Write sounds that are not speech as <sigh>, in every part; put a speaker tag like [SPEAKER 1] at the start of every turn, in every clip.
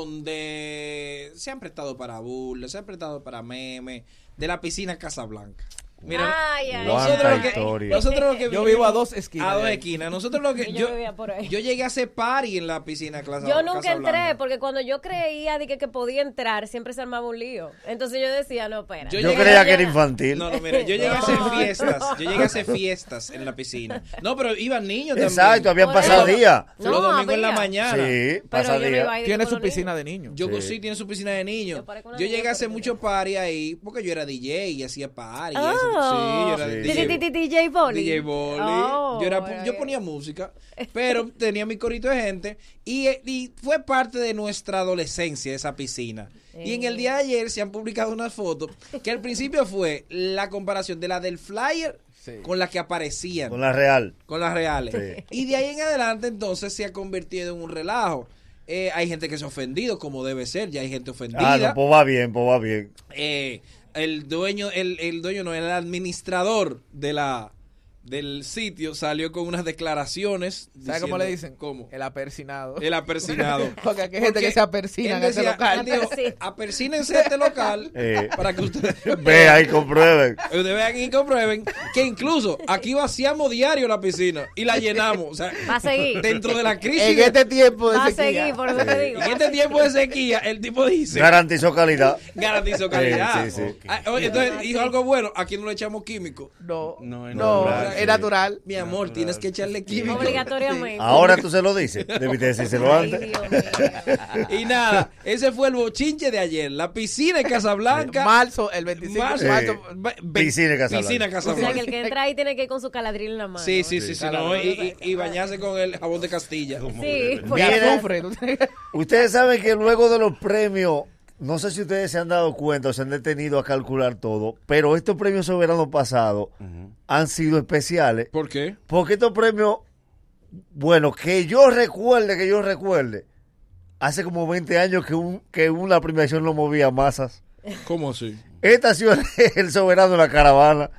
[SPEAKER 1] donde se han prestado para burlas, se han prestado para memes, de la piscina Casablanca. Mira,
[SPEAKER 2] Ay, ay,
[SPEAKER 1] nosotros,
[SPEAKER 3] Cuánta
[SPEAKER 1] lo que,
[SPEAKER 3] historia.
[SPEAKER 1] nosotros lo que
[SPEAKER 4] Yo
[SPEAKER 1] vivimos-
[SPEAKER 4] vivo a dos esquinas.
[SPEAKER 1] a dos
[SPEAKER 4] de ahí.
[SPEAKER 1] esquinas. Nosotros lo que
[SPEAKER 2] Yo
[SPEAKER 1] yo,
[SPEAKER 2] vivía por ahí.
[SPEAKER 1] yo llegué a hacer party en la piscina Casa-
[SPEAKER 2] Yo nunca entré,
[SPEAKER 1] Casablanca.
[SPEAKER 2] porque cuando yo creía de que, que podía entrar, siempre se armaba un lío. Entonces yo decía, no, espera.
[SPEAKER 1] Yo
[SPEAKER 3] Yo
[SPEAKER 1] llegué-
[SPEAKER 3] creía que era
[SPEAKER 2] yo-
[SPEAKER 3] infantil.
[SPEAKER 1] No, no, mira, yo llegué a
[SPEAKER 2] <laughs>
[SPEAKER 1] hacer
[SPEAKER 2] No,
[SPEAKER 1] fiestas, yo llegué a hacer fiestas en la piscina. No, pero iban niños también.
[SPEAKER 3] Exacto, habían
[SPEAKER 2] Por eso-
[SPEAKER 3] pasado días.
[SPEAKER 2] No,
[SPEAKER 1] los domingos en la
[SPEAKER 2] había.
[SPEAKER 1] mañana.
[SPEAKER 2] Pero yo no
[SPEAKER 3] Sí,
[SPEAKER 2] iba
[SPEAKER 3] pasadía.
[SPEAKER 2] ahí de que
[SPEAKER 4] Tiene su
[SPEAKER 2] con los
[SPEAKER 4] piscina
[SPEAKER 2] niños.
[SPEAKER 4] de niños.
[SPEAKER 1] Yo sí.
[SPEAKER 3] Sí.
[SPEAKER 1] tiene su piscina de niños.
[SPEAKER 2] Yo parezco
[SPEAKER 1] Yo,
[SPEAKER 2] una
[SPEAKER 1] llegué a
[SPEAKER 2] niña
[SPEAKER 1] hacer
[SPEAKER 2] perdida.
[SPEAKER 1] mucho party ahí porque yo era DJ y hacía party. y eso.
[SPEAKER 2] Oh.
[SPEAKER 1] Sí, yo era
[SPEAKER 3] Sí.
[SPEAKER 1] DJ.
[SPEAKER 2] Di- di- di- DJ Boli.
[SPEAKER 1] DJ Boli.
[SPEAKER 2] Oh,
[SPEAKER 1] yo, era-
[SPEAKER 2] bueno,
[SPEAKER 1] yo
[SPEAKER 2] bien.
[SPEAKER 1] ponía música, pero tenía mi corito de gente y, eh, y fue parte de nuestra adolescencia esa piscina. Y en el día de ayer se han publicado unas fotos que al principio fue la comparación de la del flyer
[SPEAKER 4] Sí.
[SPEAKER 1] con la que aparecían.
[SPEAKER 3] Con la real.
[SPEAKER 1] con las reales.
[SPEAKER 3] Sí.
[SPEAKER 1] Y de ahí en adelante entonces se ha convertido en un relajo. Eh, hay gente que se ha ofendido, como debe ser, ya hay gente ofendida.
[SPEAKER 3] Ah, no, pues va bien, pues va bien.
[SPEAKER 1] Eh, el dueño, el, el dueño no, el administrador de la del sitio salió con unas declaraciones.
[SPEAKER 4] ¿Sabes cómo
[SPEAKER 1] diciendo-
[SPEAKER 4] le dicen?
[SPEAKER 1] ¿Cómo?
[SPEAKER 4] El <laughs> apersinado.
[SPEAKER 1] El apersinado.
[SPEAKER 4] <laughs> Porque aquí hay gente que se apersinan
[SPEAKER 1] él
[SPEAKER 4] en este
[SPEAKER 1] decía,
[SPEAKER 4] local.
[SPEAKER 1] él dijo,
[SPEAKER 2] Apersi-
[SPEAKER 1] apersínense a este local
[SPEAKER 3] <laughs> Eh.
[SPEAKER 1] para que ustedes
[SPEAKER 3] <laughs> Vea y comprueben.
[SPEAKER 1] <laughs> Ustedes vean y comprueben que incluso aquí vaciamos diario la piscina y la llenamos. O sea,
[SPEAKER 2] Va
[SPEAKER 1] <laughs>
[SPEAKER 2] a seguir.
[SPEAKER 1] Dentro de la crisis.
[SPEAKER 4] En este tiempo de
[SPEAKER 2] Va a
[SPEAKER 4] sequía.
[SPEAKER 2] seguir, por eso te digo.
[SPEAKER 1] en este tiempo de sequía, el tipo dice.
[SPEAKER 3] Garantizó calidad.
[SPEAKER 1] Garantizó calidad.
[SPEAKER 3] Sí, sí, sí.
[SPEAKER 1] Ah, oye, entonces dijo algo bueno. Aquí no le echamos químico.
[SPEAKER 4] No, no,
[SPEAKER 5] No,
[SPEAKER 4] es
[SPEAKER 5] es
[SPEAKER 4] natural.
[SPEAKER 3] natural, sí.
[SPEAKER 1] Mi amor, tienes que echarle químico.
[SPEAKER 2] Obligatoriamente.
[SPEAKER 3] Ahora tú se lo dices. Debiste decírselo
[SPEAKER 2] Ay,
[SPEAKER 3] antes.
[SPEAKER 2] Dios mío.
[SPEAKER 1] Y nada, ese fue el bochinche de ayer. La piscina de Casablanca.
[SPEAKER 4] Marzo, el 25
[SPEAKER 1] marzo,
[SPEAKER 4] de marzo.
[SPEAKER 3] Sí.
[SPEAKER 1] ve- ve-
[SPEAKER 3] Piscina de Casablanca.
[SPEAKER 1] Piscina de
[SPEAKER 2] O sea, que
[SPEAKER 1] Casablanca.
[SPEAKER 2] el que entra ahí tiene que ir con su caladril en la mano.
[SPEAKER 1] Sí, sí, sí, sí, no,
[SPEAKER 2] Claro,
[SPEAKER 1] y, y- y bañarse con el jabón de Castilla.
[SPEAKER 2] Sí, pues,
[SPEAKER 4] Porque
[SPEAKER 2] porque-
[SPEAKER 3] Mira.
[SPEAKER 4] azufre, tú tienes que-
[SPEAKER 3] Ustedes saben que luego de los premios, no sé si ustedes se han dado cuenta o se han detenido a calcular todo, pero estos premios soberanos pasados han sido especiales.
[SPEAKER 1] ¿Por qué?
[SPEAKER 3] Porque estos premios, bueno, que yo recuerde, que yo recuerde, hace como 20 años que, un, que una premiación no movía masas.
[SPEAKER 1] ¿Cómo así?
[SPEAKER 3] Esta ciudad <laughs> es el soberano de la caravana.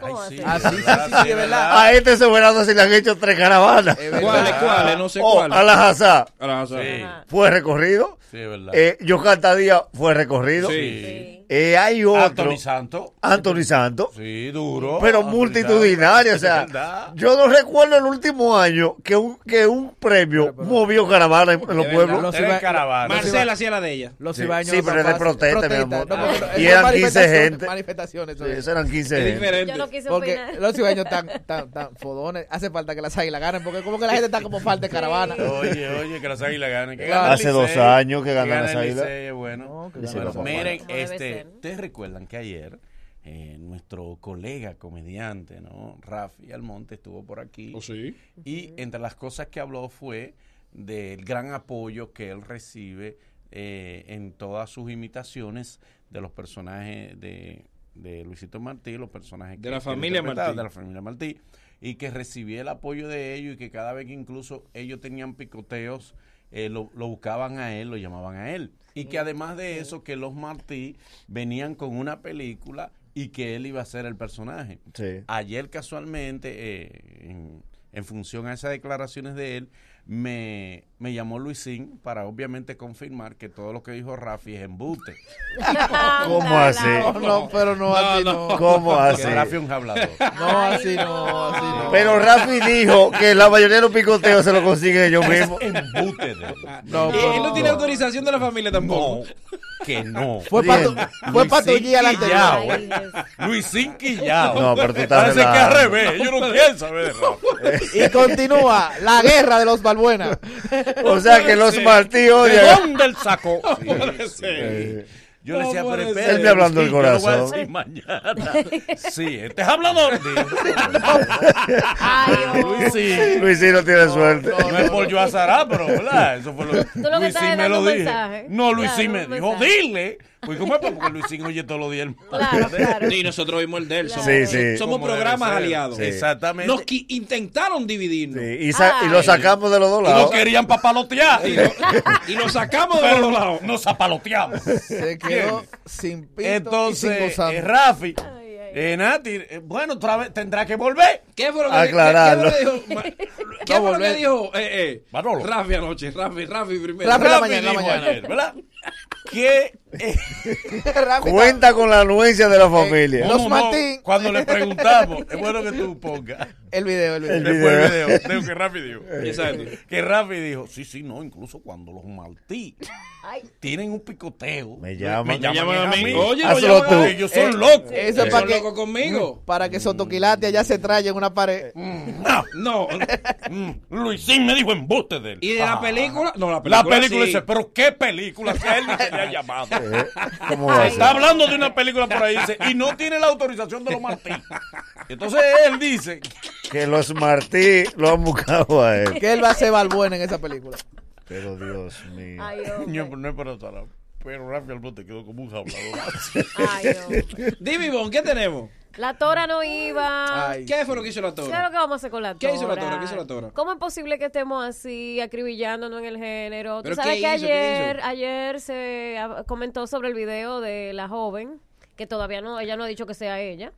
[SPEAKER 2] ¿Cómo así?
[SPEAKER 4] Ah, sí, sí, sí, sí, de verdad.
[SPEAKER 3] A este soberano se le han hecho tres caravanas.
[SPEAKER 5] Eh,
[SPEAKER 4] Es verdad.
[SPEAKER 1] ¿Cuáles, cuáles? No sé
[SPEAKER 3] Oh,
[SPEAKER 1] cuáles.
[SPEAKER 3] Alhazá
[SPEAKER 1] Ah, o sea,
[SPEAKER 5] Sí.
[SPEAKER 2] Ajá.
[SPEAKER 3] fue recorrido.
[SPEAKER 5] Sí, es verdad.
[SPEAKER 3] Eh, Yocasta Díaz fue recorrido.
[SPEAKER 1] Sí.
[SPEAKER 2] Sí.
[SPEAKER 3] Eh, hay otro.
[SPEAKER 5] Anthony Santo.
[SPEAKER 3] Anthony Santos.
[SPEAKER 5] Sí, duro.
[SPEAKER 3] Pero
[SPEAKER 5] Anthony
[SPEAKER 3] multitudinario, o
[SPEAKER 5] Santos, <laughs>
[SPEAKER 3] sea,
[SPEAKER 5] es verdad.
[SPEAKER 3] yo no recuerdo el último año que un, que un premio movió caravana en, en los
[SPEAKER 5] Es
[SPEAKER 3] pueblos.
[SPEAKER 5] verdad,
[SPEAKER 4] Los
[SPEAKER 5] era
[SPEAKER 4] iba-
[SPEAKER 5] en caravana.
[SPEAKER 1] Marcela hacía la de ella.
[SPEAKER 4] <laughs> Los
[SPEAKER 3] Sí.
[SPEAKER 4] cibaños
[SPEAKER 3] Sí,
[SPEAKER 4] no
[SPEAKER 3] pero
[SPEAKER 4] son
[SPEAKER 3] es de
[SPEAKER 4] fáciles.
[SPEAKER 3] protesta, mi amor. Ah.
[SPEAKER 4] no, porque
[SPEAKER 3] Y
[SPEAKER 4] son
[SPEAKER 3] eran 15
[SPEAKER 4] manifestaciones,
[SPEAKER 3] gente.
[SPEAKER 4] Manifestaciones.
[SPEAKER 3] Sí,
[SPEAKER 4] eso es.
[SPEAKER 3] eso eran 15
[SPEAKER 1] Es
[SPEAKER 3] gente.
[SPEAKER 1] diferente.
[SPEAKER 2] Yo no quise
[SPEAKER 4] Porque
[SPEAKER 2] opinar. <laughs>
[SPEAKER 4] los cibaños están tan, tan fodones. Hace falta que las águilas ganen. Porque como que la gente está como falta de caravana.
[SPEAKER 5] Oye, oye, que las águilas ganan. Que
[SPEAKER 4] Claro.
[SPEAKER 5] gane el
[SPEAKER 3] Hace dos
[SPEAKER 5] Licey,
[SPEAKER 3] años que ganan
[SPEAKER 5] gane
[SPEAKER 3] las
[SPEAKER 5] el
[SPEAKER 3] Águilas.
[SPEAKER 5] Licey, bueno.
[SPEAKER 4] que
[SPEAKER 5] Bueno,
[SPEAKER 3] gane las
[SPEAKER 5] miren,
[SPEAKER 2] Águilas. Como debe
[SPEAKER 5] este,
[SPEAKER 2] ser.
[SPEAKER 5] ustedes recuerdan que ayer eh, nuestro colega comediante, ¿no? Rafi Almonte estuvo por aquí.
[SPEAKER 1] sí?
[SPEAKER 5] Y entre las cosas que habló fue del gran apoyo que él recibe eh, en todas sus imitaciones de los personajes de, de Luisito Martí, los personajes
[SPEAKER 1] De
[SPEAKER 5] que-
[SPEAKER 1] la
[SPEAKER 5] que él
[SPEAKER 1] familia
[SPEAKER 5] interpretaba,
[SPEAKER 1] Martí.
[SPEAKER 5] de la familia Martí, y que recibía el apoyo de ellos y que cada vez que incluso ellos tenían picoteos, eh, lo, lo buscaban a él, lo llamaban a él. Y que además de eso, que los Martí venían con una película y que él iba a ser el personaje.
[SPEAKER 3] Sí.
[SPEAKER 5] Ayer casualmente, eh, en, en función a esas declaraciones de él, me, me llamó Luisín para obviamente confirmar que todo lo que dijo Rafi es embute.
[SPEAKER 2] <laughs>
[SPEAKER 3] <laughs> ¿Cómo
[SPEAKER 2] Anda,
[SPEAKER 3] así?
[SPEAKER 2] la
[SPEAKER 4] No,
[SPEAKER 2] otra.
[SPEAKER 4] no, pero no, así no.
[SPEAKER 5] <laughs>
[SPEAKER 3] ¿Cómo
[SPEAKER 5] Porque
[SPEAKER 3] así?
[SPEAKER 5] Rafi es un hablador.
[SPEAKER 4] No,
[SPEAKER 2] Ay,
[SPEAKER 4] así no,
[SPEAKER 2] no.
[SPEAKER 4] así no.
[SPEAKER 3] Pero Rafi dijo que la mayoría de los picoteos se los consiguen ellos mismos.
[SPEAKER 5] Embute de él.
[SPEAKER 4] No,
[SPEAKER 1] Y él
[SPEAKER 4] pero-
[SPEAKER 1] no tiene autorización de la familia tampoco.
[SPEAKER 5] No, que no.
[SPEAKER 4] Fue
[SPEAKER 3] Bien.
[SPEAKER 4] para fue pa tu guía la anterior.
[SPEAKER 5] Quillao,
[SPEAKER 2] Ay,
[SPEAKER 5] eh.
[SPEAKER 2] Dios.
[SPEAKER 5] Luisín Quillao.
[SPEAKER 3] No, pero tú estás
[SPEAKER 5] Parece que al
[SPEAKER 3] relajando.
[SPEAKER 5] revés. Ellos no quieren saber de Rafi.
[SPEAKER 4] Y continúa la guerra de los Balbuena.
[SPEAKER 3] O sea que los Martí
[SPEAKER 5] ¿De
[SPEAKER 3] odian.
[SPEAKER 5] dónde él sacó?
[SPEAKER 1] puede ser.
[SPEAKER 5] Yo le decía,
[SPEAKER 1] No
[SPEAKER 5] pero
[SPEAKER 1] puede
[SPEAKER 5] espérate,
[SPEAKER 1] ser.
[SPEAKER 3] Él me hablando del
[SPEAKER 5] Luisín, yo lo voy a
[SPEAKER 3] corazón.
[SPEAKER 5] decir mañana. Sí, este es hablador.
[SPEAKER 2] Ay, Dios.
[SPEAKER 5] Luis, sí.
[SPEAKER 3] Luisino tiene suerte.
[SPEAKER 5] No es por yo azará, pero ¿verdad? Eso fue lo
[SPEAKER 2] lo que
[SPEAKER 5] Luisín
[SPEAKER 2] estás
[SPEAKER 5] me
[SPEAKER 2] dando
[SPEAKER 5] lo
[SPEAKER 2] un
[SPEAKER 5] dije.
[SPEAKER 2] mensaje.
[SPEAKER 5] No, Luisín
[SPEAKER 2] Claro,
[SPEAKER 5] me
[SPEAKER 2] un
[SPEAKER 5] dijo,
[SPEAKER 2] mensaje.
[SPEAKER 5] dile. Pues, ¿cómo es? Porque Luisín oye todos los días el
[SPEAKER 2] Claro, claro.
[SPEAKER 1] Y nosotros vimos el de él. Somos,
[SPEAKER 3] Sí, sí.
[SPEAKER 1] somos
[SPEAKER 5] Como debe
[SPEAKER 1] programas
[SPEAKER 5] ser.
[SPEAKER 1] aliados.
[SPEAKER 5] Sí. Exactamente.
[SPEAKER 1] Nos qui- intentaron dividirnos.
[SPEAKER 3] Sí, y, sa- y lo
[SPEAKER 2] Ay.
[SPEAKER 3] sacamos de los dos
[SPEAKER 5] Y no
[SPEAKER 3] lados.
[SPEAKER 5] querían papalotear.
[SPEAKER 1] Y, lo, y lo sacamos de los
[SPEAKER 5] Pero
[SPEAKER 1] lados.
[SPEAKER 5] nos apaloteamos.
[SPEAKER 4] Se quedó sin pito y sin
[SPEAKER 5] Entonces,
[SPEAKER 4] gozando.
[SPEAKER 5] eh, Rafi,
[SPEAKER 2] ay,
[SPEAKER 5] Eh, Nati, eh, bueno, otra vez tendrá que volver.
[SPEAKER 1] ¿Qué fue lo que, qué-
[SPEAKER 3] Aclararlo.
[SPEAKER 1] qué fue lo que dijo,
[SPEAKER 5] <laughs>
[SPEAKER 1] Ma- ¿qué
[SPEAKER 5] No,
[SPEAKER 1] fue lo que
[SPEAKER 5] volver.
[SPEAKER 1] dijo eh, eh,
[SPEAKER 5] Manolo.
[SPEAKER 1] Rafi anoche? Rafi, Rafi primero.
[SPEAKER 4] Rafi la
[SPEAKER 5] Rápido
[SPEAKER 4] mañana, la
[SPEAKER 5] dijo
[SPEAKER 4] mañana.
[SPEAKER 5] ayer, ¿verdad? Que eh,
[SPEAKER 4] Rafi,
[SPEAKER 3] Cuenta con la anuencia de la familia.
[SPEAKER 4] Los
[SPEAKER 5] como
[SPEAKER 4] Martín.
[SPEAKER 5] Cuando le preguntamos, es bueno que tú pongas.
[SPEAKER 4] El video, el video.
[SPEAKER 5] Después el video, digo que Rafi
[SPEAKER 3] <laughs>
[SPEAKER 5] dijo.
[SPEAKER 1] Exacto.
[SPEAKER 5] Que Rafi dijo, sí, sí, no, incluso cuando los Martí
[SPEAKER 2] Ay,
[SPEAKER 5] tienen un picoteo.
[SPEAKER 3] Me llaman.
[SPEAKER 5] me llaman a mí.
[SPEAKER 1] Oye, lo
[SPEAKER 3] Hazlo
[SPEAKER 1] llaman a
[SPEAKER 3] tú.
[SPEAKER 1] él.
[SPEAKER 5] Ellos son
[SPEAKER 4] Eso
[SPEAKER 5] locos.
[SPEAKER 1] Eh,
[SPEAKER 4] es para
[SPEAKER 1] son locos
[SPEAKER 4] que,
[SPEAKER 5] Mm.
[SPEAKER 1] conmigo?
[SPEAKER 4] para que Sotoquilate allá se traye en una pared. Mm.
[SPEAKER 5] No.
[SPEAKER 1] No.
[SPEAKER 5] Mm, Luisín me dijo embuste de él. Ah.
[SPEAKER 1] ¿Y de la película? No, la
[SPEAKER 5] La
[SPEAKER 1] película.
[SPEAKER 5] película
[SPEAKER 1] sí.
[SPEAKER 5] dice, pero qué película si a él ni se le
[SPEAKER 3] <laughs>
[SPEAKER 5] ha llamado.
[SPEAKER 3] Eh, ¿Cómo va a
[SPEAKER 5] Está
[SPEAKER 3] ser?
[SPEAKER 5] hablando de una película por ahí dice, y no tiene la autorización de
[SPEAKER 3] <laughs>
[SPEAKER 5] los Martí. Entonces él dice,
[SPEAKER 3] Que los Martí lo han buscado a él.
[SPEAKER 4] Que él va a ser Balbuena en esa película.
[SPEAKER 3] Pero Dios mío.
[SPEAKER 2] ay,
[SPEAKER 5] <laughs> "Ño,
[SPEAKER 2] hombre.
[SPEAKER 5] pero no es para estar Pero Rafi Albote quedó como un hablador.
[SPEAKER 2] <laughs> Ay, hombre.
[SPEAKER 1] Dime, Ivonne, ¿qué tenemos?
[SPEAKER 2] La tora no iba.
[SPEAKER 4] Ay.
[SPEAKER 1] ¿Qué fue lo que hizo la
[SPEAKER 2] ¿Qué es lo
[SPEAKER 1] tora?
[SPEAKER 2] que vamos a hacer con la tora?
[SPEAKER 1] ¿Qué hizo la tora? ¿Qué hizo la tora?
[SPEAKER 2] ¿Cómo es posible que estemos así acribillándonos en el género?
[SPEAKER 1] ¿Pero
[SPEAKER 2] Tú sabes
[SPEAKER 1] qué
[SPEAKER 2] que
[SPEAKER 1] hizo? ¿Qué
[SPEAKER 2] ayer,
[SPEAKER 1] hizo?
[SPEAKER 2] ayer se ah, comentó sobre el video de la joven, que todavía no, ella no ha dicho que sea ella.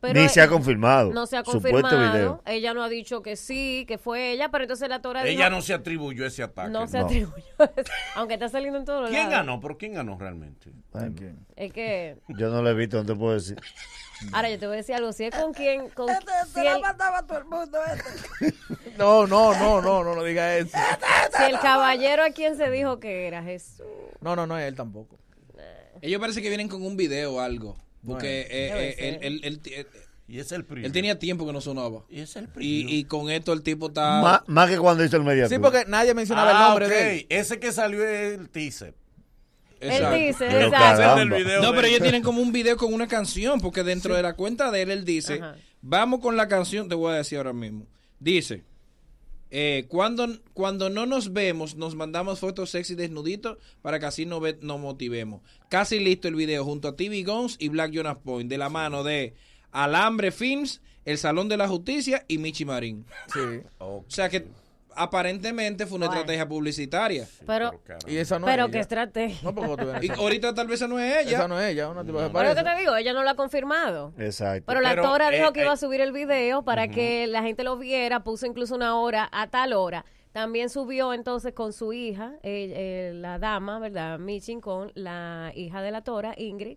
[SPEAKER 2] Pero
[SPEAKER 3] Ni se ha
[SPEAKER 2] eh,
[SPEAKER 3] confirmado.
[SPEAKER 2] No se ha
[SPEAKER 3] Supuesto
[SPEAKER 2] confirmado.
[SPEAKER 3] video.
[SPEAKER 2] Ella no ha dicho que sí, que fue ella, pero entonces la tora dijo,
[SPEAKER 5] Ella no se atribuyó ese ataque.
[SPEAKER 2] no se
[SPEAKER 3] no.
[SPEAKER 2] atribuyó. Aunque está saliendo en todos
[SPEAKER 5] ¿Quién
[SPEAKER 2] lados.
[SPEAKER 5] ganó? ¿Pero quién ganó realmente?
[SPEAKER 2] Es que
[SPEAKER 3] Yo no lo he visto, no te puedo decir.
[SPEAKER 2] ahora yo te voy a decir algo, si es con quien con si el-
[SPEAKER 4] No, no, no, no, no, no diga eso.
[SPEAKER 2] Si el caballero a quien se dijo que era Jesús.
[SPEAKER 4] No, no, no, él tampoco.
[SPEAKER 1] Ellos parece que vienen con un video o algo. Porque eh,
[SPEAKER 2] Debe
[SPEAKER 1] eh,
[SPEAKER 2] ser.
[SPEAKER 1] él, él- él- él-
[SPEAKER 5] Y es el primo.
[SPEAKER 1] él tenía tiempo que no sonaba.
[SPEAKER 5] Y es el primo.
[SPEAKER 1] Y, y con esto el tipo está...
[SPEAKER 3] Má- Más que cuando hizo el mediador.
[SPEAKER 4] Sí, porque nadie mencionaba el
[SPEAKER 5] Ah,
[SPEAKER 4] nombre
[SPEAKER 5] ok.
[SPEAKER 4] de él.
[SPEAKER 5] Ese que salió es el teaser.
[SPEAKER 1] Exacto.
[SPEAKER 2] Él dice,
[SPEAKER 3] Pero
[SPEAKER 2] exacto.
[SPEAKER 3] caramba.
[SPEAKER 5] Ese es el video
[SPEAKER 1] No,
[SPEAKER 5] de
[SPEAKER 1] pero
[SPEAKER 5] él.
[SPEAKER 1] ellos tienen como un video con una canción, porque dentro de la cuenta de él, él dice,
[SPEAKER 2] Ajá.
[SPEAKER 1] vamos con la canción, te voy a decir ahora mismo. Dice, eh, cuando, cuando no nos vemos, nos mandamos fotos sexy desnuditos para que así nos, ve- nos motivemos. Casi listo el video, junto a TV Guns y Black Jonas Point, de la mano de Alambre Films, El Salón de la Justicia y Michi Marín.
[SPEAKER 4] Sí.
[SPEAKER 5] Ok.
[SPEAKER 1] O sea que aparentemente fue una
[SPEAKER 2] Bueno.
[SPEAKER 1] estrategia publicitaria.
[SPEAKER 2] Pero,
[SPEAKER 5] Caramba.
[SPEAKER 4] Y esa no
[SPEAKER 2] pero
[SPEAKER 4] es
[SPEAKER 2] qué
[SPEAKER 4] ella.
[SPEAKER 2] estrategia.
[SPEAKER 4] No, porque tú ves
[SPEAKER 1] Y
[SPEAKER 4] esa-
[SPEAKER 1] ahorita tal vez esa no es ella.
[SPEAKER 4] Esa no es ella, una tipo
[SPEAKER 2] Pero
[SPEAKER 4] de
[SPEAKER 2] lo que
[SPEAKER 4] parece.
[SPEAKER 2] te digo, ella no lo ha confirmado.
[SPEAKER 3] Exacto.
[SPEAKER 2] Pero la
[SPEAKER 5] Pero,
[SPEAKER 2] actora
[SPEAKER 5] eh,
[SPEAKER 2] dijo que
[SPEAKER 5] eh.
[SPEAKER 2] iba a subir el video para que la gente lo viera, puso incluso una hora a tal hora. También subió entonces con su hija, eh, eh, la dama, ¿verdad? Michin con la hija de la Tora, Ingrid.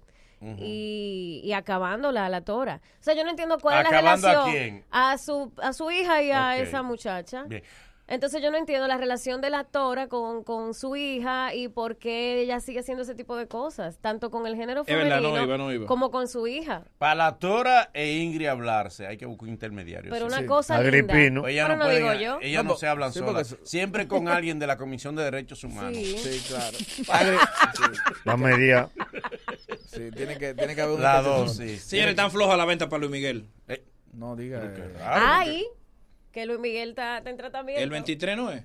[SPEAKER 2] Y, y acabándola a la tora. O sea, yo no entiendo cuál es
[SPEAKER 5] ¿Acabando
[SPEAKER 2] la
[SPEAKER 5] a
[SPEAKER 2] relación
[SPEAKER 5] quién?
[SPEAKER 2] a su a su hija y a
[SPEAKER 5] Ok.
[SPEAKER 2] esa muchacha.
[SPEAKER 5] Bien.
[SPEAKER 2] Entonces yo no entiendo la relación de la Tora con, con su hija y por qué ella sigue haciendo ese tipo de cosas, tanto con el género
[SPEAKER 1] Es verdad,
[SPEAKER 2] femenino
[SPEAKER 1] no iba, no iba.
[SPEAKER 2] como con su hija.
[SPEAKER 5] Para la Tora e Ingrid hablarse, hay que buscar intermediarios.
[SPEAKER 2] Pero
[SPEAKER 5] Sí,
[SPEAKER 2] una
[SPEAKER 5] sí.
[SPEAKER 2] cosa
[SPEAKER 3] Agripino.
[SPEAKER 5] Pues
[SPEAKER 2] linda.
[SPEAKER 5] ella
[SPEAKER 2] Pero
[SPEAKER 5] no,
[SPEAKER 2] no
[SPEAKER 5] pueden-
[SPEAKER 2] digo yo.
[SPEAKER 5] Ellas no,
[SPEAKER 4] No,
[SPEAKER 5] se hablan
[SPEAKER 4] sí,
[SPEAKER 5] solas.
[SPEAKER 4] porque- <laughs>
[SPEAKER 5] Siempre con alguien de la Comisión de Derechos Humanos.
[SPEAKER 2] Sí.
[SPEAKER 4] Sí, claro. Agri-
[SPEAKER 3] La media.
[SPEAKER 4] sí, sí, tiene que, tiene que haber un
[SPEAKER 5] La dos, sí.
[SPEAKER 1] Señores, tan floja la venta para Luis Miguel.
[SPEAKER 5] Eh,
[SPEAKER 4] No, diga.
[SPEAKER 5] qué
[SPEAKER 4] eh.
[SPEAKER 5] raro,
[SPEAKER 2] Ay, que Luis Miguel está, está en tratamiento.
[SPEAKER 1] El 23 no es.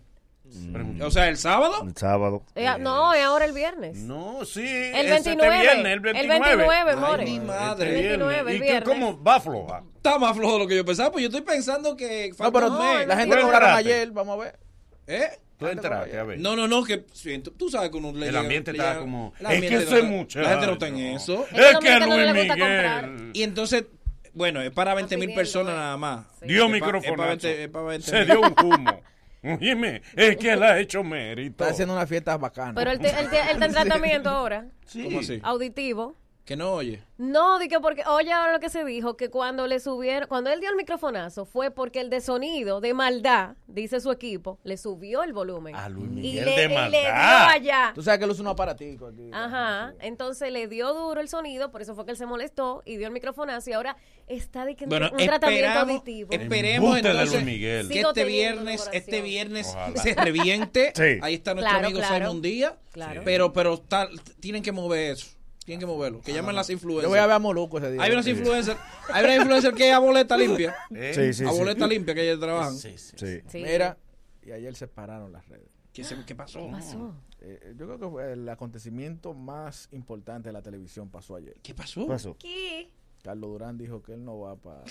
[SPEAKER 5] pero-
[SPEAKER 1] O sea, el sábado.
[SPEAKER 5] Mm.
[SPEAKER 3] El sábado.
[SPEAKER 2] Eh, no, es ahora el viernes.
[SPEAKER 5] No, sí.
[SPEAKER 2] El
[SPEAKER 5] es este
[SPEAKER 2] 29.
[SPEAKER 5] viernes, el
[SPEAKER 2] El
[SPEAKER 5] 29.
[SPEAKER 2] 29,
[SPEAKER 5] Ay,
[SPEAKER 2] more.
[SPEAKER 5] mi
[SPEAKER 1] madre.
[SPEAKER 5] Este viernes.
[SPEAKER 2] 29, el
[SPEAKER 5] ¿Y qué,
[SPEAKER 2] viernes.
[SPEAKER 5] cómo va floja?
[SPEAKER 1] Está más flojo de lo que yo pensaba. Pues yo estoy pensando que.
[SPEAKER 4] No,
[SPEAKER 1] falta
[SPEAKER 4] pero
[SPEAKER 1] un
[SPEAKER 4] tú-
[SPEAKER 1] mes.
[SPEAKER 4] la gente
[SPEAKER 5] Tú
[SPEAKER 4] cobraron
[SPEAKER 5] entraste.
[SPEAKER 4] ayer, vamos a ver.
[SPEAKER 1] ¿Eh?
[SPEAKER 5] Tú entraste, a ver.
[SPEAKER 1] No, no, no, que siento- tú sabes que uno le
[SPEAKER 5] El
[SPEAKER 1] llega-
[SPEAKER 5] ambiente
[SPEAKER 1] le
[SPEAKER 5] está
[SPEAKER 1] llega-
[SPEAKER 5] como.
[SPEAKER 1] el
[SPEAKER 5] Es que
[SPEAKER 1] ambiente no
[SPEAKER 5] eso es
[SPEAKER 1] está-
[SPEAKER 5] mucho.
[SPEAKER 1] La gente no está en eso.
[SPEAKER 2] Es que
[SPEAKER 5] Es
[SPEAKER 2] al
[SPEAKER 5] que
[SPEAKER 2] dominicano
[SPEAKER 5] Luis
[SPEAKER 2] no le gusta comprar.
[SPEAKER 5] Miguel.
[SPEAKER 1] Y entonces, bueno, es para 20 mil
[SPEAKER 2] pidiendo,
[SPEAKER 1] personas
[SPEAKER 2] eh.
[SPEAKER 1] nada más. Es
[SPEAKER 5] Dio
[SPEAKER 1] pa- es pa'
[SPEAKER 5] micrófono.
[SPEAKER 1] 20 es pa' 20
[SPEAKER 5] Se
[SPEAKER 1] mil.
[SPEAKER 5] dio un humo. Óyeme, es que él ha hecho mérito.
[SPEAKER 4] Está haciendo una fiesta bacana.
[SPEAKER 2] Pero él, te- él te- él
[SPEAKER 5] <laughs>
[SPEAKER 2] está en tratamiento ahora,
[SPEAKER 5] Sí.
[SPEAKER 1] ¿Cómo así?
[SPEAKER 2] auditivo.
[SPEAKER 1] Que no oye.
[SPEAKER 2] No, di que porque, oye ahora lo que se dijo, que cuando le subieron, cuando él dio el microfonazo fue porque el de sonido, de maldad, dice su equipo, le subió el volumen.
[SPEAKER 5] A Luis
[SPEAKER 2] y
[SPEAKER 5] Miguel
[SPEAKER 2] le,
[SPEAKER 5] de
[SPEAKER 2] y le dio
[SPEAKER 5] maldad.
[SPEAKER 2] allá.
[SPEAKER 4] Tú sabes que él usa un aparatico aquí.
[SPEAKER 1] Ah,
[SPEAKER 2] Ajá, entonces le dio duro el sonido, por eso fue que él se molestó y dio el microfonazo y ahora está de que
[SPEAKER 1] Bueno,
[SPEAKER 2] un tratamiento
[SPEAKER 1] esperamos,
[SPEAKER 2] auditivo.
[SPEAKER 1] esperemos
[SPEAKER 5] Embuste de
[SPEAKER 1] entonces
[SPEAKER 5] Luis Miguel.
[SPEAKER 1] que
[SPEAKER 2] Sigo
[SPEAKER 1] este
[SPEAKER 2] teniendo
[SPEAKER 1] viernes,
[SPEAKER 2] una
[SPEAKER 1] este
[SPEAKER 2] oración.
[SPEAKER 1] viernes
[SPEAKER 5] Ojalá.
[SPEAKER 1] se reviente.
[SPEAKER 3] Sí.
[SPEAKER 1] Ahí está nuestro
[SPEAKER 2] Claro,
[SPEAKER 1] amigo
[SPEAKER 2] claro.
[SPEAKER 1] Simon Díaz.
[SPEAKER 2] Claro.
[SPEAKER 1] Pero, pero tal, tienen que mover eso. Tienen que moverlo. Que llamen las influencers.
[SPEAKER 4] Yo voy a ver a Moluco ese día.
[SPEAKER 1] Hay unas influencers, hay una influencer que es a boleta limpia.
[SPEAKER 5] ¿Eh?
[SPEAKER 3] Sí, sí,
[SPEAKER 1] a
[SPEAKER 3] sí.
[SPEAKER 1] boleta limpia que ellas trabajan.
[SPEAKER 5] Sí, sí.
[SPEAKER 3] Sí.
[SPEAKER 2] Sí.
[SPEAKER 4] Mira, y ayer se pararon las redes.
[SPEAKER 1] ¿Qué, se- qué pasó?
[SPEAKER 2] ¿Qué pasó?
[SPEAKER 4] Eh, yo creo que fue el acontecimiento más importante de la televisión pasó ayer.
[SPEAKER 1] ¿Qué pasó?
[SPEAKER 3] Pasó.
[SPEAKER 2] ¿Qué?
[SPEAKER 4] Carlos Durán dijo que él no va <laughs> para.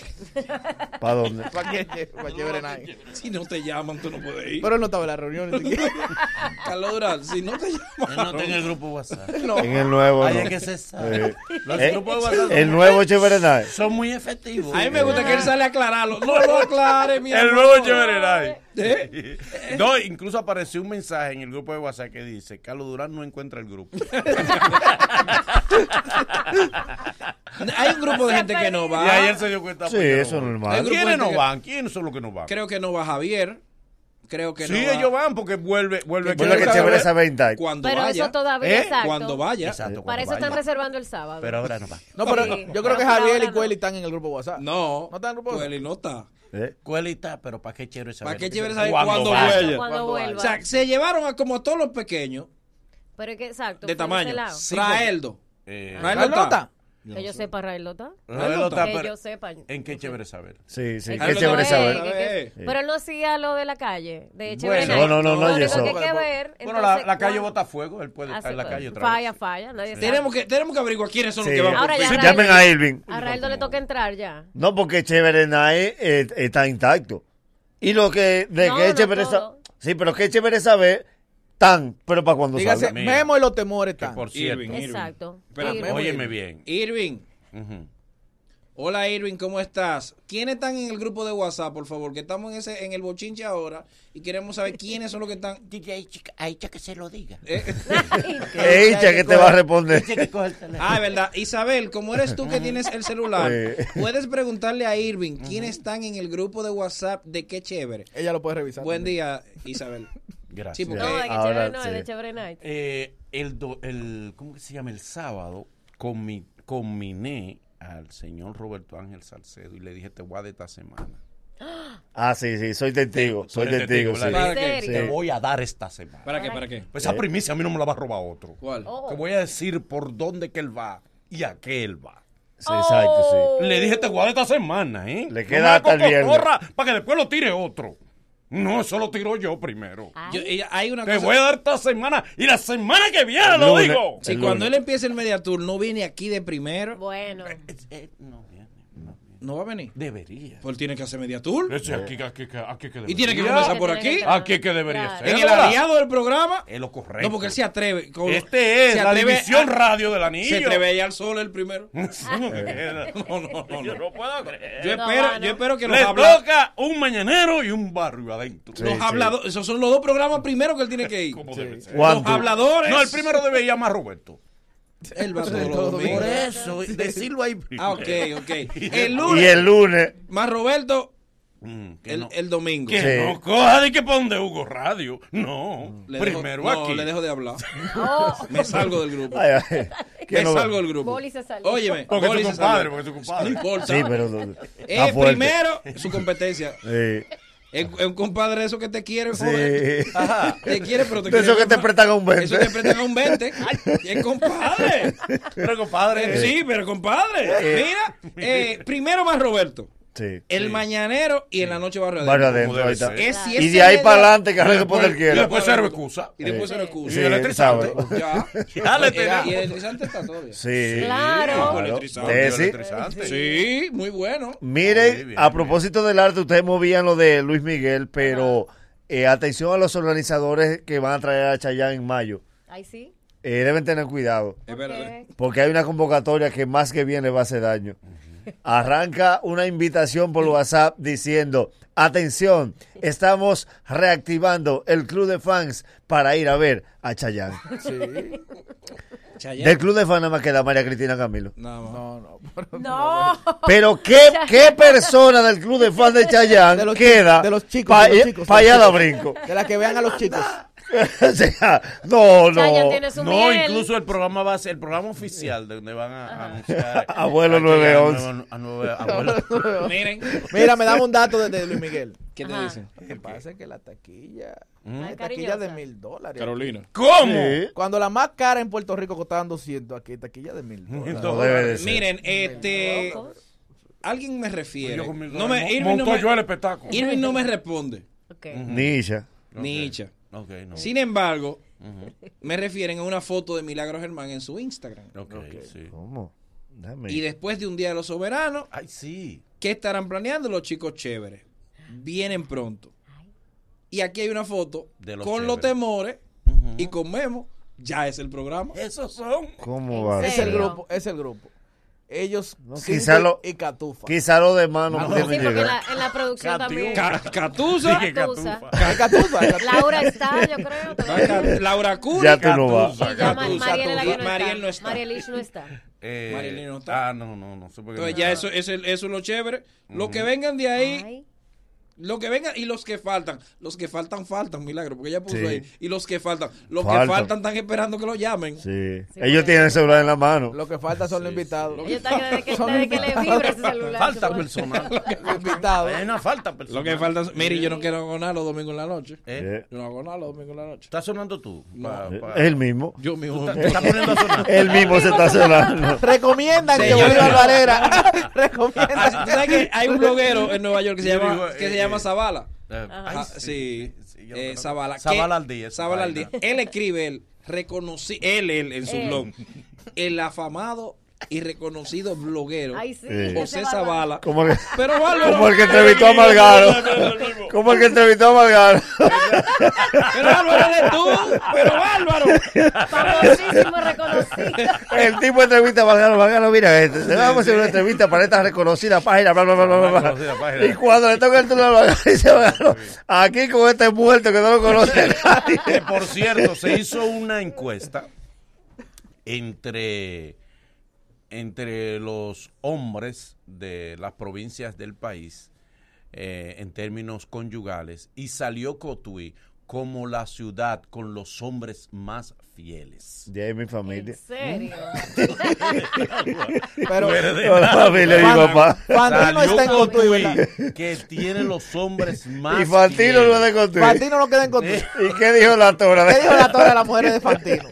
[SPEAKER 3] ¿Para dónde?
[SPEAKER 4] ¿Para qué? ¿Para qué ver nadie?
[SPEAKER 1] Si no te llaman, tú no puedes ir.
[SPEAKER 4] Pero él no estaba en la reunión ni siquiera.
[SPEAKER 1] <laughs> Carlos Durán, si no te
[SPEAKER 5] Él no
[SPEAKER 1] llaman.
[SPEAKER 5] está en el grupo <laughs> WhatsApp.
[SPEAKER 4] No.
[SPEAKER 3] En el nuevo.
[SPEAKER 5] Ay,
[SPEAKER 3] no.
[SPEAKER 5] es que se sabe.
[SPEAKER 3] Eh,
[SPEAKER 5] Los
[SPEAKER 3] eh,
[SPEAKER 5] grupos de WhatsApp
[SPEAKER 3] el nuevo Cheverenay.
[SPEAKER 5] son muy efectivos.
[SPEAKER 1] A mí me gusta que él sale a aclararlo. No lo aclare, mi
[SPEAKER 5] El
[SPEAKER 1] amor.
[SPEAKER 5] nuevo Cheverenay. No, incluso apareció un mensaje en el grupo de WhatsApp que dice, Carlos Durán no encuentra el
[SPEAKER 1] <laughs>
[SPEAKER 5] grupo.
[SPEAKER 1] Hay un grupo de gente que no
[SPEAKER 5] Y ayer
[SPEAKER 1] va.
[SPEAKER 5] se dio cuenta.
[SPEAKER 3] Sí,
[SPEAKER 5] pues, que no
[SPEAKER 3] eso es
[SPEAKER 5] van.
[SPEAKER 1] El
[SPEAKER 3] normal.
[SPEAKER 1] grupo este
[SPEAKER 5] ¿Quiénes no
[SPEAKER 1] que-
[SPEAKER 5] van? ¿Quiénes son los que no van?
[SPEAKER 1] Creo que no va Javier. Creo que
[SPEAKER 5] sí,
[SPEAKER 1] no va.
[SPEAKER 5] ellos van porque vuelve, vuelve.
[SPEAKER 3] Bueno, que
[SPEAKER 5] Chévere
[SPEAKER 3] Chévere
[SPEAKER 5] Saber.
[SPEAKER 3] sabe en Tai.
[SPEAKER 1] Cuando
[SPEAKER 2] Pero
[SPEAKER 1] vaya.
[SPEAKER 2] eso todavía,
[SPEAKER 5] ¿eh?
[SPEAKER 2] exacto.
[SPEAKER 1] Cuando vaya.
[SPEAKER 5] Exacto,
[SPEAKER 2] Para
[SPEAKER 5] cuando
[SPEAKER 2] eso están
[SPEAKER 5] vayan.
[SPEAKER 2] reservando el sábado.
[SPEAKER 5] Pero ahora no va.
[SPEAKER 4] No, pero
[SPEAKER 2] Sí.
[SPEAKER 4] yo creo que
[SPEAKER 2] Pero
[SPEAKER 4] Javier y
[SPEAKER 2] ahora no.
[SPEAKER 4] Cueli están en el grupo WhatsApp.
[SPEAKER 1] No.
[SPEAKER 4] ¿No está en el grupo?
[SPEAKER 1] Pues él no está.
[SPEAKER 3] Eh,
[SPEAKER 5] Cuelita, pero ¿para qué chévere saber?
[SPEAKER 1] ¿Para qué chévere saber cuándo
[SPEAKER 5] vaya?
[SPEAKER 1] vuelve?
[SPEAKER 2] cuando
[SPEAKER 4] Cuando
[SPEAKER 2] vuelva.
[SPEAKER 1] O sea, se llevaron a como todos los pequeños
[SPEAKER 2] Pero es que, exacto.
[SPEAKER 1] de
[SPEAKER 2] fue
[SPEAKER 1] tamaño.
[SPEAKER 2] ese lado.
[SPEAKER 1] Traeldo.
[SPEAKER 5] Eh,
[SPEAKER 1] No hay
[SPEAKER 4] ¿Carlos
[SPEAKER 1] nota.
[SPEAKER 4] está?
[SPEAKER 2] Que yo sepa, Rael Lota.
[SPEAKER 5] Rael Lota,
[SPEAKER 2] Que
[SPEAKER 5] Ah, pero-
[SPEAKER 2] yo sepa.
[SPEAKER 5] ¿En qué chévere saber?
[SPEAKER 3] Sí,
[SPEAKER 2] Es
[SPEAKER 3] sí, qué
[SPEAKER 1] Carlos Durán.
[SPEAKER 3] chévere saber.
[SPEAKER 2] que- que-
[SPEAKER 3] Sí.
[SPEAKER 2] Pero él no hacía lo de la calle, de
[SPEAKER 5] Bueno.
[SPEAKER 2] Chévere
[SPEAKER 5] No,
[SPEAKER 2] Night.
[SPEAKER 3] no, no, no,
[SPEAKER 2] Lo único
[SPEAKER 3] eso.
[SPEAKER 2] que hay que ver,
[SPEAKER 5] Bueno, la, la
[SPEAKER 2] entonces,
[SPEAKER 5] calle
[SPEAKER 2] ¿cuándo Ah,
[SPEAKER 5] bota fuego, él puede estar en la
[SPEAKER 2] hace-
[SPEAKER 5] calle otra
[SPEAKER 2] pues. Falla,
[SPEAKER 5] vez.
[SPEAKER 2] falla. Nadie sabe.
[SPEAKER 1] Tenemos que, tenemos que averiguar quiénes son
[SPEAKER 3] Sí.
[SPEAKER 1] los que van
[SPEAKER 2] Ahora
[SPEAKER 1] por
[SPEAKER 2] ya
[SPEAKER 1] fin.
[SPEAKER 2] Rael-
[SPEAKER 3] Llamen a Irving.
[SPEAKER 2] A Raeldo le toca entrar ya.
[SPEAKER 3] No, porque Cheverenay eh, está intacto. Y lo que de
[SPEAKER 2] No,
[SPEAKER 3] que es
[SPEAKER 2] no
[SPEAKER 3] chévere saber.
[SPEAKER 2] todo.
[SPEAKER 3] Sí, pero que es chévere saber tan, pero para cuando
[SPEAKER 4] Dígase,
[SPEAKER 3] salga.
[SPEAKER 5] mira.
[SPEAKER 4] Memo y los temores
[SPEAKER 5] Que
[SPEAKER 4] están.
[SPEAKER 5] por cierto.
[SPEAKER 1] Irving.
[SPEAKER 2] Exacto.
[SPEAKER 1] Espérame,
[SPEAKER 2] Irving.
[SPEAKER 1] Memo
[SPEAKER 5] Óyeme bien.
[SPEAKER 1] Irving.
[SPEAKER 5] Ujú.
[SPEAKER 1] Hola Irving, ¿cómo estás? ¿Quiénes están en el grupo de WhatsApp, por favor? Que estamos en ese en el bochinche ahora y queremos saber quiénes son los que están.
[SPEAKER 5] Dile a Icha- a Icha que se lo diga.
[SPEAKER 1] Eh,
[SPEAKER 3] Eh, Icha, que te va a responder.
[SPEAKER 5] Dice que coge el teléfono.
[SPEAKER 1] <laughs> Ah, es verdad. Isabel, como eres tú que tienes el celular,
[SPEAKER 3] Sí.
[SPEAKER 1] puedes preguntarle a Irving quiénes están en el grupo de WhatsApp de qué chévere.
[SPEAKER 4] Ella lo puede revisar.
[SPEAKER 1] Buen día, Isabel. Sí,
[SPEAKER 5] Gracias.
[SPEAKER 1] porque-
[SPEAKER 2] <laughs> No, de que
[SPEAKER 3] Ahora
[SPEAKER 2] Chévere no, es
[SPEAKER 3] sí.
[SPEAKER 2] de Chévere Night.
[SPEAKER 5] Eh, el, do- el, ¿cómo que se llama? El sábado comi- combiné al señor Roberto Ángel Salcedo y le dije, te voy a dar esta semana.
[SPEAKER 3] <laughs> Ah, sí, sí, soy testigo, soy
[SPEAKER 5] Tú eres
[SPEAKER 3] testigo. sí.
[SPEAKER 5] ¿verdad?
[SPEAKER 2] ¿En
[SPEAKER 1] qué?
[SPEAKER 2] serio?
[SPEAKER 5] Te voy a dar esta semana.
[SPEAKER 1] ¿Para qué? ¿Para qué?
[SPEAKER 5] Pues esa primicia a mí no me la va a robar otro.
[SPEAKER 1] ¿Cuál?
[SPEAKER 2] Oh.
[SPEAKER 5] Te voy a decir por dónde que él va y a qué él va.
[SPEAKER 3] Sí, exacto,
[SPEAKER 2] Oh.
[SPEAKER 5] Le dije, te guarda esta semana, ¿eh?
[SPEAKER 3] Le queda hasta el viernes.
[SPEAKER 5] Para que después lo tire otro. No, eso lo tiro yo primero.
[SPEAKER 2] Ay,
[SPEAKER 1] Yo- ella- hay una
[SPEAKER 5] Te
[SPEAKER 1] cosa.
[SPEAKER 5] voy a dar esta semana y la semana que viene lo
[SPEAKER 3] Lunes.
[SPEAKER 5] digo.
[SPEAKER 1] Si
[SPEAKER 3] El
[SPEAKER 1] cuando
[SPEAKER 3] lunes.
[SPEAKER 1] él empiece el mediatur no viene aquí de primero,
[SPEAKER 2] Bueno.
[SPEAKER 5] Eh, no viene, no viene.
[SPEAKER 1] no va a venir.
[SPEAKER 5] Debería.
[SPEAKER 1] Pues él tiene que hacer mediatur.
[SPEAKER 5] Ese aquí, aquí, aquí, aquí que
[SPEAKER 1] Y tiene que
[SPEAKER 5] debería.
[SPEAKER 1] comenzar por aquí.
[SPEAKER 5] Aquí que debería
[SPEAKER 2] Claro.
[SPEAKER 5] ser.
[SPEAKER 1] En el
[SPEAKER 5] ¿verdad?
[SPEAKER 1] aliado del programa.
[SPEAKER 5] Es lo correcto.
[SPEAKER 1] No, porque él se atreve. con-
[SPEAKER 5] Este es
[SPEAKER 1] se
[SPEAKER 5] la
[SPEAKER 1] atreve
[SPEAKER 5] división
[SPEAKER 1] a-
[SPEAKER 5] radio del anillo.
[SPEAKER 1] Se atreve
[SPEAKER 5] <laughs>
[SPEAKER 1] a ir al sol el primero.
[SPEAKER 5] no, no, no,
[SPEAKER 1] Yo no
[SPEAKER 5] puedo creer.
[SPEAKER 1] Yo,
[SPEAKER 2] No,
[SPEAKER 1] espero,
[SPEAKER 2] no.
[SPEAKER 1] yo espero que los
[SPEAKER 5] Le
[SPEAKER 1] habla-
[SPEAKER 5] toca un mañanero y un barrio adentro.
[SPEAKER 3] Sí.
[SPEAKER 1] los habladores. Esos son los dos programas primero que él tiene que ir.
[SPEAKER 5] Como
[SPEAKER 1] Sí.
[SPEAKER 5] debe ser.
[SPEAKER 1] Los
[SPEAKER 3] Juan, tú-
[SPEAKER 1] habladores.
[SPEAKER 5] No, el primero debe llamar a Roberto.
[SPEAKER 1] Él va todos los
[SPEAKER 4] Todos los
[SPEAKER 1] domingos.
[SPEAKER 4] domingos.
[SPEAKER 5] eso, decirlo ahí. primero.
[SPEAKER 1] Ah, ok, ok.
[SPEAKER 5] <laughs>
[SPEAKER 1] El
[SPEAKER 3] Y
[SPEAKER 2] Oh.
[SPEAKER 1] lunes.
[SPEAKER 3] el lunes,
[SPEAKER 1] Más Roberto
[SPEAKER 5] Mm, que
[SPEAKER 1] el,
[SPEAKER 5] no,
[SPEAKER 1] el domingo.
[SPEAKER 5] que
[SPEAKER 3] Sí.
[SPEAKER 5] no coja de que pa' donde Hugo Radio. No.
[SPEAKER 1] Le dejo-
[SPEAKER 5] primero
[SPEAKER 1] no,
[SPEAKER 5] aquí.
[SPEAKER 1] le dejo de
[SPEAKER 5] <laughs>
[SPEAKER 1] hablar.
[SPEAKER 2] Oh,
[SPEAKER 1] Me salgo del grupo.
[SPEAKER 3] ay,
[SPEAKER 2] <laughs>
[SPEAKER 3] ay, <laughs>
[SPEAKER 1] Me
[SPEAKER 3] que no-
[SPEAKER 1] salgo del grupo.
[SPEAKER 2] Boli se salió.
[SPEAKER 1] Óyeme.
[SPEAKER 5] Porque es
[SPEAKER 1] Boli
[SPEAKER 5] tu
[SPEAKER 1] se
[SPEAKER 5] compadre,
[SPEAKER 1] salió.
[SPEAKER 5] porque es tu
[SPEAKER 1] No
[SPEAKER 5] compadre.
[SPEAKER 1] importa.
[SPEAKER 3] Sí, pero está
[SPEAKER 1] Eh,
[SPEAKER 3] fuerte.
[SPEAKER 1] primero, su competencia.
[SPEAKER 3] Sí.
[SPEAKER 1] Es es un compadre de esos que te quiere, joder.
[SPEAKER 3] Sí.
[SPEAKER 5] Ah.
[SPEAKER 1] Te quiere, pero te
[SPEAKER 3] De esos
[SPEAKER 1] quiere
[SPEAKER 3] que te
[SPEAKER 1] más.
[SPEAKER 3] prestan a un 20.
[SPEAKER 1] Eso te prestan a un 20. Ay, es compadre.
[SPEAKER 5] Pero compadre.
[SPEAKER 1] Eh, Sí, pero compadre. Mira, eh, primero más Roberto.
[SPEAKER 3] Sí.
[SPEAKER 1] El mañanero y en la noche barrio
[SPEAKER 3] Barrio
[SPEAKER 1] adentro.
[SPEAKER 3] adentro, ahí está.
[SPEAKER 5] debe
[SPEAKER 1] Es si
[SPEAKER 3] Y
[SPEAKER 1] ese
[SPEAKER 3] de ahí
[SPEAKER 1] media-
[SPEAKER 3] para adelante, que ahora que
[SPEAKER 5] Después-
[SPEAKER 3] poner
[SPEAKER 5] y
[SPEAKER 3] quiera.
[SPEAKER 5] después serve excusa.
[SPEAKER 1] Y después se lo excusa.
[SPEAKER 5] Sí, electrizante.
[SPEAKER 3] sábado.
[SPEAKER 1] Ya.
[SPEAKER 5] <laughs> Ya le
[SPEAKER 1] Eh,
[SPEAKER 5] tenemos.
[SPEAKER 1] Y el electrizante está todavía.
[SPEAKER 3] Sí.
[SPEAKER 2] Claro.
[SPEAKER 5] Electrizante,
[SPEAKER 3] Tesis.
[SPEAKER 5] electrizante.
[SPEAKER 1] Sí, muy bueno.
[SPEAKER 5] Muy bien,
[SPEAKER 3] Miren,
[SPEAKER 5] bien.
[SPEAKER 3] a propósito del arte, ustedes movían lo de Luis Miguel, pero eh, atención a los organizadores que van a traer a Chayanne en mayo.
[SPEAKER 2] Ahí sí.
[SPEAKER 3] Eh, deben tener cuidado,
[SPEAKER 1] Espera, <laughs>
[SPEAKER 2] Ok.
[SPEAKER 1] espera.
[SPEAKER 3] porque hay una convocatoria que más que bien les va a hacer daño. Arranca una invitación por WhatsApp diciendo, atención, estamos reactivando el club de fans para ir a ver a Chayanne.
[SPEAKER 4] Sí.
[SPEAKER 1] Chayanne.
[SPEAKER 3] Del club de fans nada más queda María Cristina Camilo.
[SPEAKER 1] Nada más.
[SPEAKER 3] <laughs>
[SPEAKER 4] No, no. pero-
[SPEAKER 2] No.
[SPEAKER 3] Pero
[SPEAKER 4] <laughs>
[SPEAKER 3] ¿qué, qué persona del club de fans de Chayanne
[SPEAKER 4] De los chi-
[SPEAKER 3] queda
[SPEAKER 4] de los chicos,
[SPEAKER 3] pa-
[SPEAKER 4] de los chicos,
[SPEAKER 3] pa'
[SPEAKER 4] de los
[SPEAKER 3] allá
[SPEAKER 4] <laughs>
[SPEAKER 3] da
[SPEAKER 4] chicos.
[SPEAKER 3] brinco? <laughs>
[SPEAKER 4] De la que vean a los chicos.
[SPEAKER 3] O sea, no, no.
[SPEAKER 2] Chayanne tiene su
[SPEAKER 5] No,
[SPEAKER 2] miel.
[SPEAKER 5] incluso el programa va a ser el programa oficial de donde van a, a anunciar.
[SPEAKER 3] <laughs> Abuelo
[SPEAKER 5] a llegar
[SPEAKER 3] 911.
[SPEAKER 5] nuevo- a nuevo-
[SPEAKER 1] <laughs>
[SPEAKER 3] <laughs>
[SPEAKER 5] abuelo.
[SPEAKER 1] Miren,
[SPEAKER 4] Mira, me dame un dato de, de Luis Miguel.
[SPEAKER 1] ¿qué te
[SPEAKER 2] Ajá.
[SPEAKER 1] dicen?
[SPEAKER 4] Lo que pasa es que la taquilla.
[SPEAKER 2] Mm. Ay,
[SPEAKER 4] La taquilla de
[SPEAKER 2] cariñosa.
[SPEAKER 4] mil dólares.
[SPEAKER 1] Carolina.
[SPEAKER 5] ¿Cómo?
[SPEAKER 3] Sí.
[SPEAKER 4] Cuando la más cara en Puerto Rico costaban 200, aquí taquilla de mil dólares.
[SPEAKER 3] No debe de ser.
[SPEAKER 1] Miren, este.
[SPEAKER 2] Loco.
[SPEAKER 1] Alguien me refiere.
[SPEAKER 5] Yo con mis
[SPEAKER 1] No me,
[SPEAKER 5] mo-
[SPEAKER 1] Irving,
[SPEAKER 5] monto
[SPEAKER 1] no me,
[SPEAKER 5] yo
[SPEAKER 2] <laughs>
[SPEAKER 5] el espectáculo.
[SPEAKER 1] Irving no me responde.
[SPEAKER 2] Ok.
[SPEAKER 3] Mm. Nisha.
[SPEAKER 1] Ni Icha.
[SPEAKER 5] Ok, no.
[SPEAKER 1] Sin embargo, me refieren a una foto de Milagro Germán en su Instagram.
[SPEAKER 5] Ok, sí.
[SPEAKER 3] ¿Cómo? Déjame-
[SPEAKER 1] Y después de un día de los soberanos,
[SPEAKER 5] Ay, sí.
[SPEAKER 1] ¿qué estarán planeando los chicos chéveres? Vienen pronto.
[SPEAKER 2] Ay.
[SPEAKER 1] Y aquí hay una foto
[SPEAKER 5] De los
[SPEAKER 1] con los
[SPEAKER 5] chéveres.
[SPEAKER 1] temores y con Memo. Ya es el
[SPEAKER 5] <laughs>
[SPEAKER 1] programa.
[SPEAKER 5] Esos son.
[SPEAKER 3] ¿Cómo
[SPEAKER 2] ¿En
[SPEAKER 3] va?
[SPEAKER 4] Es
[SPEAKER 2] serio?
[SPEAKER 4] el grupo, es el grupo. Ellos
[SPEAKER 3] No,
[SPEAKER 4] Cinco
[SPEAKER 3] quizá lo-
[SPEAKER 4] y Catufa. <laughs>
[SPEAKER 3] Quizá los demás no
[SPEAKER 5] Sí,
[SPEAKER 2] Sí,
[SPEAKER 3] tienen
[SPEAKER 2] porque en la,
[SPEAKER 3] llegar.
[SPEAKER 2] en la producción
[SPEAKER 5] Catiú.
[SPEAKER 2] también.
[SPEAKER 1] Ca- Catusa.
[SPEAKER 2] Dije Catufa.
[SPEAKER 4] Es Catufa, es Catufa.
[SPEAKER 2] Laura está, yo creo.
[SPEAKER 1] Ca-
[SPEAKER 2] todavía.
[SPEAKER 1] Ca- Laura Curi.
[SPEAKER 3] Ya tú no vas.
[SPEAKER 2] Y ya Ma-
[SPEAKER 1] Catuza,
[SPEAKER 2] Mariel es la que no
[SPEAKER 1] Catuza. Mariel no
[SPEAKER 2] está.
[SPEAKER 1] está.
[SPEAKER 2] Marielish no está.
[SPEAKER 5] Eh,
[SPEAKER 1] Marilyn no está.
[SPEAKER 5] Ah, no, no, no. sé por qué
[SPEAKER 1] Entonces
[SPEAKER 5] no.
[SPEAKER 1] ya eso, eso, es- eso es lo chévere. Lo que vengan de ahí,
[SPEAKER 2] Ay,
[SPEAKER 1] lo que vengan y los que faltan. Los que faltan, faltan, milagro, porque ella puso
[SPEAKER 3] Sí.
[SPEAKER 1] ahí. Y los que faltan. Los
[SPEAKER 3] Faltan.
[SPEAKER 1] que faltan están esperando que lo llamen.
[SPEAKER 3] Sí.
[SPEAKER 2] Sí, porque-
[SPEAKER 3] Ellos tienen el celular en la mano.
[SPEAKER 4] Lo que falta son los
[SPEAKER 5] Sí,
[SPEAKER 4] invitados.
[SPEAKER 2] Ella está que
[SPEAKER 1] <laughs>
[SPEAKER 2] desde que,
[SPEAKER 4] Son
[SPEAKER 2] desde que le vibra ese celular.
[SPEAKER 5] Falta
[SPEAKER 2] se pone-
[SPEAKER 5] personal.
[SPEAKER 4] Los invitados.
[SPEAKER 5] Hay una falta personal.
[SPEAKER 1] Lo que faltan. Mire, yo no quiero hago nada los domingos en la noche.
[SPEAKER 5] Eh,
[SPEAKER 3] Sí.
[SPEAKER 1] Yo no hago nada los domingos en la noche.
[SPEAKER 5] ¿Está sonando tú? Pa- pa-
[SPEAKER 3] Es el mismo.
[SPEAKER 1] Yo mismo.
[SPEAKER 5] ¿Te está poniendo a sonar?
[SPEAKER 3] <laughs> Él mismo se está sonando.
[SPEAKER 4] Recomiendan que
[SPEAKER 1] Señores.
[SPEAKER 4] vuelva Valera.
[SPEAKER 1] Ah,
[SPEAKER 4] <laughs>
[SPEAKER 1] <laughs>
[SPEAKER 4] Recomiendan.
[SPEAKER 1] ¿tú sabes que hay un bloguero en Nueva York que se
[SPEAKER 5] Yo
[SPEAKER 1] llama,
[SPEAKER 5] digo,
[SPEAKER 1] que
[SPEAKER 5] eh,
[SPEAKER 1] se llama
[SPEAKER 5] eh,
[SPEAKER 1] Zavala?
[SPEAKER 5] Eh, ay,
[SPEAKER 1] Ajá, sí,
[SPEAKER 5] sí, sí, yo lo
[SPEAKER 1] eh,
[SPEAKER 5] conozco.
[SPEAKER 1] Zavala. que-
[SPEAKER 5] Zavala al día, esa
[SPEAKER 1] Zavala al día.
[SPEAKER 5] vaina.
[SPEAKER 1] Él escribe, él, reconocí, él, él, en su
[SPEAKER 2] Él.
[SPEAKER 1] blog, el afamado y reconocido bloguero
[SPEAKER 2] Ay, sí.
[SPEAKER 3] Sí.
[SPEAKER 2] ya se
[SPEAKER 1] José
[SPEAKER 2] va-
[SPEAKER 1] Zavala.
[SPEAKER 3] Como el,
[SPEAKER 1] Pero bárbaro.
[SPEAKER 3] como el que entrevistó a Margaro. <laughs> Como el que entrevistó a Margaro.
[SPEAKER 1] Pero bárbaro eres tú. Pero bárbaro.
[SPEAKER 2] Famosísimo, reconocido.
[SPEAKER 3] El tipo entrevista a Margaro. Margaro, mira, este, le vamos a hacer una entrevista para esta reconocida página. Bla, bla, bla, bla, bla,
[SPEAKER 5] Reconocida
[SPEAKER 3] bla.
[SPEAKER 5] página.
[SPEAKER 3] Y cuando le toca el turno a Margaro, dice Margaro, aquí con este muerto que no lo conoce nadie.
[SPEAKER 5] <laughs> Que, por cierto, se hizo una encuesta entre, entre los hombres de las provincias del país eh, en términos conyugales y salió Cotuí como la ciudad con los hombres más fieles.
[SPEAKER 3] Ya es mi familia.
[SPEAKER 2] En serio.
[SPEAKER 4] Pero
[SPEAKER 3] Toda la familia de mi
[SPEAKER 4] Fan-
[SPEAKER 3] papá.
[SPEAKER 4] Fantino
[SPEAKER 5] Salió
[SPEAKER 4] Ah, está en Cotuí, ¿verdad?
[SPEAKER 5] Cotuí, que tiene
[SPEAKER 4] <laughs>
[SPEAKER 5] los hombres más
[SPEAKER 3] Y Fantino
[SPEAKER 5] fieles.
[SPEAKER 3] lo de construir.
[SPEAKER 4] Fantino no queda en Cotuí.
[SPEAKER 3] ¿Y qué dijo la tora?
[SPEAKER 4] ¿Qué dijo la tora de las mujeres de Fantino?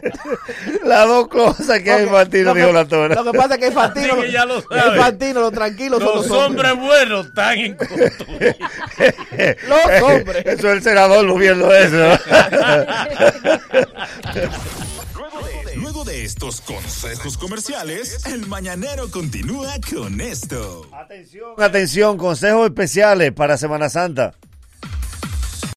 [SPEAKER 3] Las dos cosas que hay
[SPEAKER 4] Lo
[SPEAKER 3] en Fantino,
[SPEAKER 4] lo que-
[SPEAKER 3] dijo la tora.
[SPEAKER 4] Lo que pasa es que Fantino,
[SPEAKER 5] Sí, que ya lo sabe.
[SPEAKER 4] el Fantino, los tranquilos son
[SPEAKER 5] Los
[SPEAKER 4] los hombres.
[SPEAKER 5] hombres buenos están
[SPEAKER 4] <laughs>
[SPEAKER 5] en Cotuí.
[SPEAKER 4] Los hombres.
[SPEAKER 3] Eh, Eso el senador lo viendo eso.
[SPEAKER 4] <laughs>
[SPEAKER 6] Luego de estos consejos comerciales, el mañanero continúa con esto.
[SPEAKER 3] Atención, atención, consejos especiales para Semana Santa.